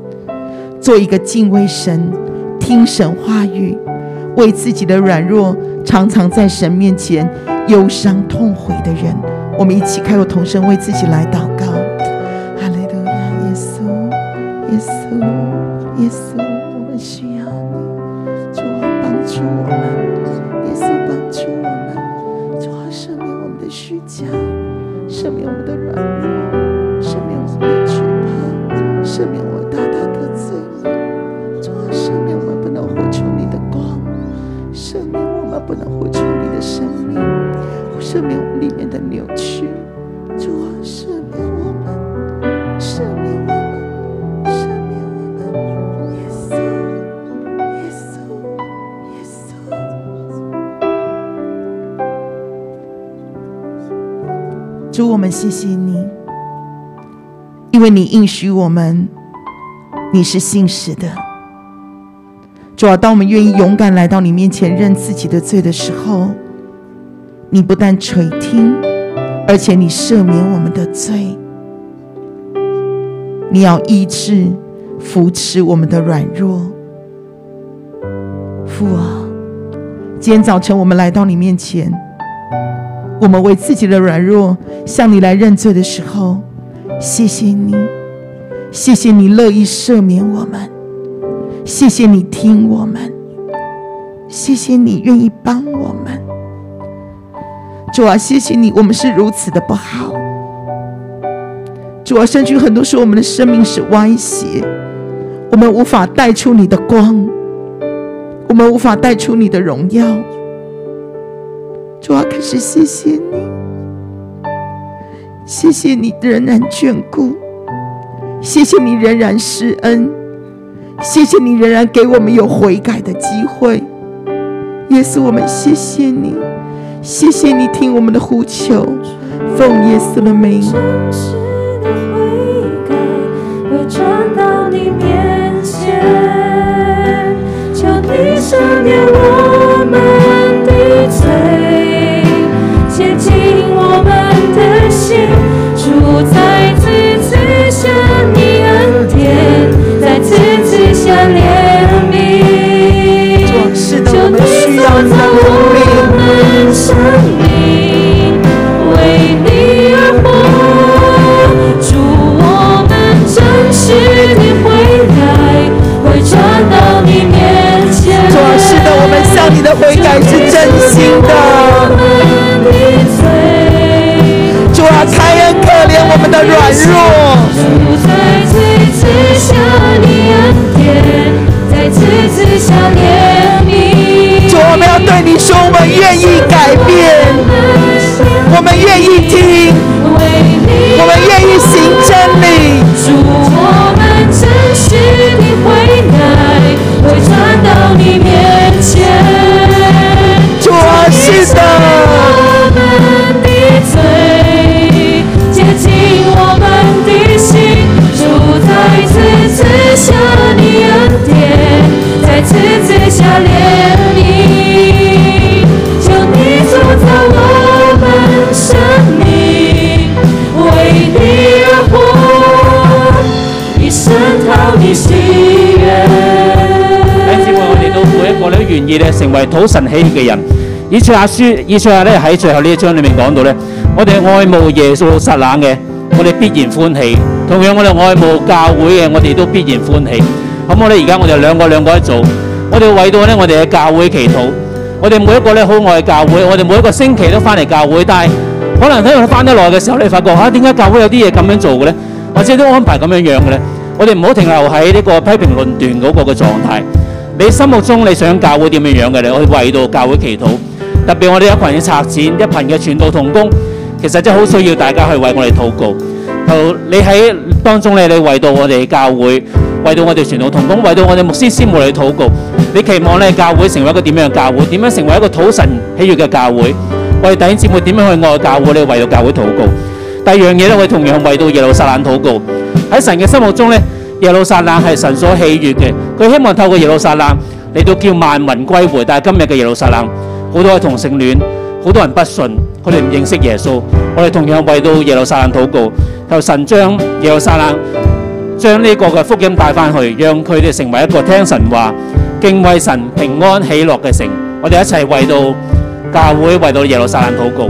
S5: 做一个敬畏神、听神话语、为自己的软弱常常在神面前忧伤痛悔的人。我们一起开口同声为自己来祷告。哈利路亚，耶稣，耶稣，耶稣，我们需要你。主啊，帮助我们，耶稣帮助我们，主啊，赦免我们的虚假，赦免我们的软弱，赦免我们的惧怕，赦免我大大的罪恶，主啊，赦免我们不能活出你的光，赦免我们不能活出你的生命，啊赦免我们里面的扭曲，主啊，赦免我们，赦免我们，赦免我们，耶稣。耶稣，耶稣，主，我们谢谢你，因为你应许我们，你是信实的。主啊，当我们愿意勇敢来到你面前认自己的罪的时候，你不但垂听，而且你赦免我们的罪。你要医治、扶持我们的软弱。父啊，今天早晨我们来到你面前，我们为自己的软弱向你来认罪的时候，谢谢你，谢谢你乐意赦免我们，谢谢你听我们，谢谢你愿意帮我们。主啊，谢谢你，我们是如此的不好。主啊，甚至很多时候我们的生命是歪斜，我们无法带出你的光。我们无法带出你的荣耀。主啊，开始谢谢你，谢谢你仍然眷顾，谢谢你仍然施恩，谢谢你仍然给我们有悔改的机会。耶稣，我们谢谢你，谢谢你听我们的呼求，奉耶稣的
S3: 真
S5: 名。
S3: 实的悔改会转到你面前，求你赦免我们的罪，洁净我们的心，主宰自己下你恩典，在自己下怜悯。
S5: 主啊是的，我
S3: 求
S5: 们需
S3: 你
S5: 要
S3: 塑
S5: 你
S3: 造
S5: 的
S3: 我
S5: 能力。
S3: 们生命，为你而活。祝我们真实的悔改，会转到你面前。
S5: 主啊，是的，我们向你的悔改是真心的。
S3: 我们的罪，
S5: 主啊，开恩可怜我们的软弱，
S3: 主在自己下你恩典，在自己下怜悯。
S5: 主，我们要对你说，我们愿意改变，我们愿意听，
S3: 我
S5: 我们愿意行真理。
S3: 主，我们真实的悔改，会转到你面前。
S5: 主啊，是的，
S3: 我们赐下你恩典，再次赐下怜悯，求你塑造我们生命，为你而活，一生讨你喜悦。
S4: 弟兄姊妹，我哋到每一個咧都願意咧成為討神喜悦嘅人。以賽亞書，以賽亞咧喺最後呢一章裏面講到咧，我哋愛慕耶路撒冷嘅，我哋必然歡喜；同樣我哋愛慕教會嘅，我哋都必然歡喜。咁我哋而家我哋兩個兩個一組，我哋為到咧我哋嘅教會祈禱。我哋每一個咧好愛教會，我哋每一個星期都翻嚟教會，但係可能喺我翻得耐嘅時候，你發覺嚇點解教會有啲嘢咁樣做嘅咧，或者都安排咁樣樣嘅咧？我哋唔好停留喺呢個批評論斷嗰個嘅狀態。你心目中你想教會點樣樣嘅咧？我哋為到教會祈禱，特別我哋一群嘅策展，一群嘅傳道同工，其實真係好需要大家去為我哋禱告。求你喺當中咧，你為到我哋教會，為到我哋傳道同工，為到我哋牧師師母嚟禱告。你期望咧教會成為一個點樣嘅教會？點樣成為一個討神喜悦嘅教會？為弟兄姊妹點樣去愛教會？你為到教會禱告。第二樣嘢咧，我哋同樣為到耶路撒冷禱告。喺神嘅心目中咧，耶路撒冷係神所喜悦嘅。佢希望透過耶路撒冷嚟到叫萬民歸回。但係今日嘅耶路撒冷，好多係同性戀，好多人不信，佢哋唔認識耶穌。我哋同樣為到耶路撒冷禱告，求神將耶路撒冷將呢個嘅福音帶翻去，讓佢哋成為一個聽神話、敬畏神、平安喜樂嘅城。我哋一齊為到教會、為到耶路撒冷禱告。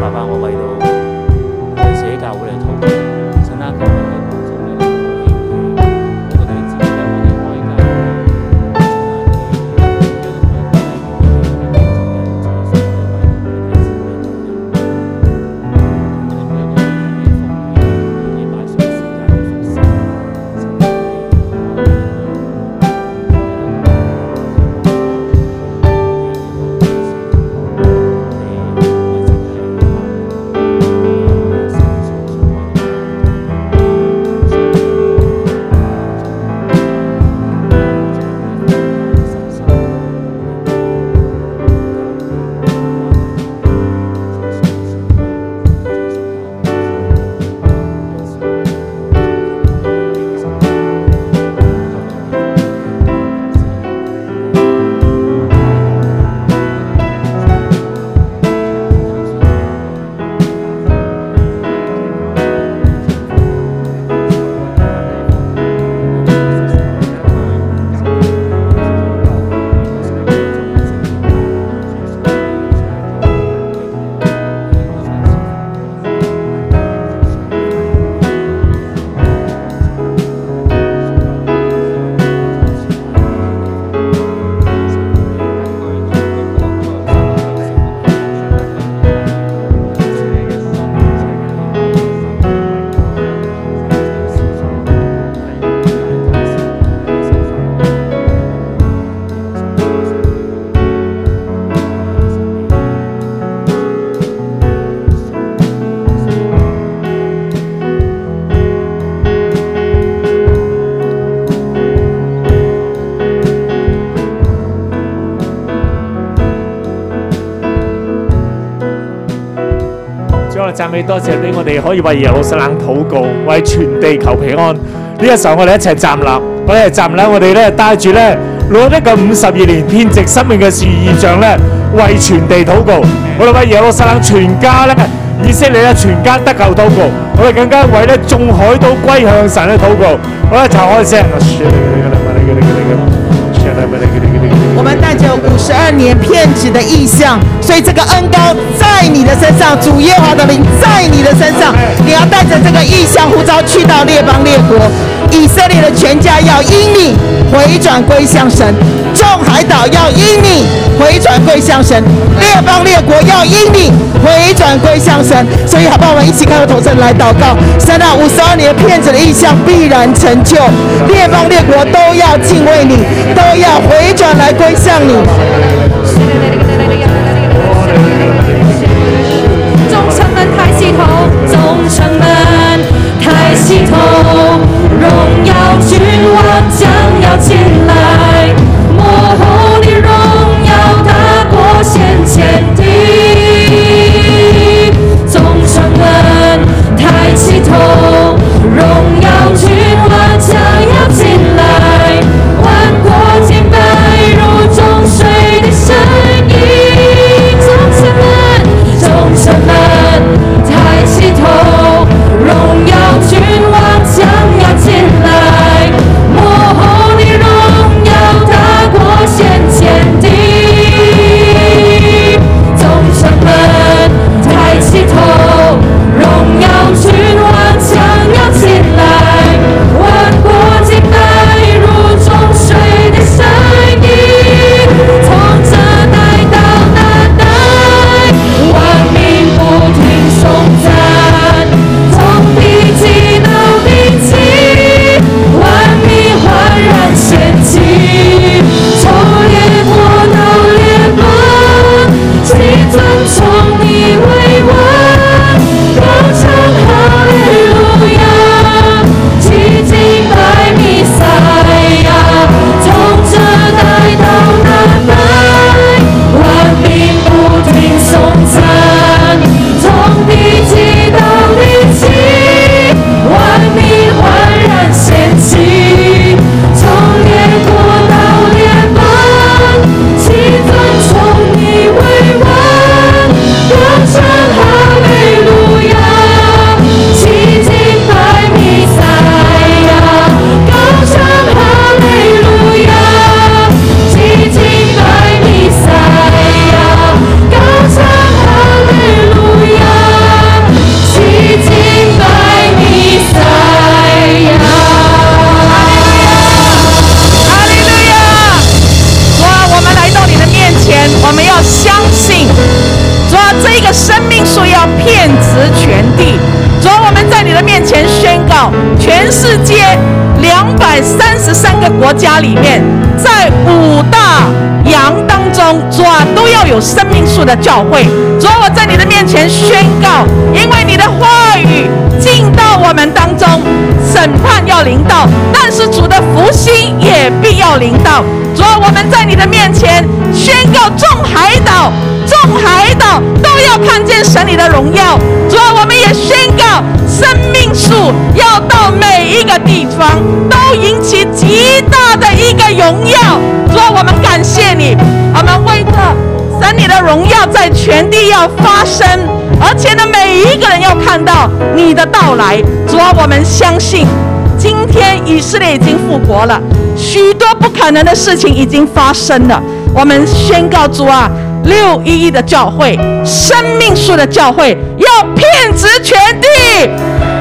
S4: 爸爸，我為到我自己教會嚟禱告，神啊，求你喺當中嚟到應許，我覺得你指引我哋開教會，神啊，你讓我哋每一個弟兄姊妹、眾人，就係所有為到每一個姊妹、眾人。我哋每一個願意奉獻、願意擺上時間去服侍，神啊，你
S6: 主我哋讚美多謝俾我哋可以為耶路撒冷禱告，為全地求平安。呢、個時候我哋一齊站立，我哋一齊站立，我哋咧帶住咧攞一個五十二年遍植生命嘅樹意象咧，為全地禱告。我哋為耶路撒冷全家咧，以色列咧全家得救禱告。我哋更加為咧眾海島歸向神咧禱告。我哋一齊開聲。
S5: 我们带着五十二年片纸的意象，所以这个恩高在你的身上，主耶和华的灵在你的身上，你要带着这个意象呼召去到列邦列国，以色列的全家要因你回转归向神，众海岛要因你回转归向神，列邦列国要因你回转归向神。所以好不好？我们一起开个头阵来祷告，神啊，五十二年骗子的意象必然成就，列邦列国都要敬畏你，都要回转来归向你。
S3: 众臣民太司徒，众臣民太司徒，荣耀主或将要前来，幕后的荣耀大过先前的。众臣民太司徒，荣
S1: 啊个国家里面，在五大洋当中，主啊，都要有生命树的教会。主啊，我在你的面前宣告，因为你的话语进到我们当中，审判要临到，但是主的福星也必要临到。主啊，我们在你的面前宣告，众海岛，众海岛都要看见神你的荣耀。主啊，我们也宣告，生命树要到每一个地方，都引起极大的一个荣耀。主啊，我们感谢你，我们为着。神你的荣耀在全地要发生，而且呢，每一个人要看到你的到来。主啊，我们相信，今天以色列已经复国了，许多不可能的事情已经发生了。我们宣告主啊，六一一的教会，生命树的教会，要遍植全地，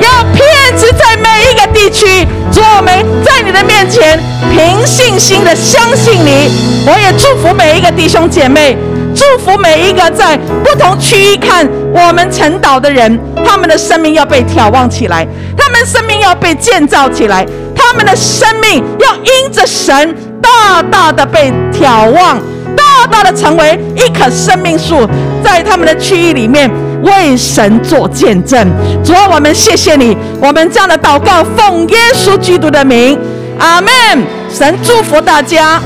S1: 要遍植在每一个地区。主啊，我们在你的面前凭信心的相信你。我也祝福每一个弟兄姐妹，祝福每一个在不同区域看我们晨岛的人，他们的生命要被眺望起来，他们生命要被建造起来，他们的生命要因着神大大的被眺望，大大的成为一棵生命树，在他们的区域里面。为神做见证，主啊，我们谢谢你，我们这样的祷告奉耶稣基督的名，阿门。神祝福大家。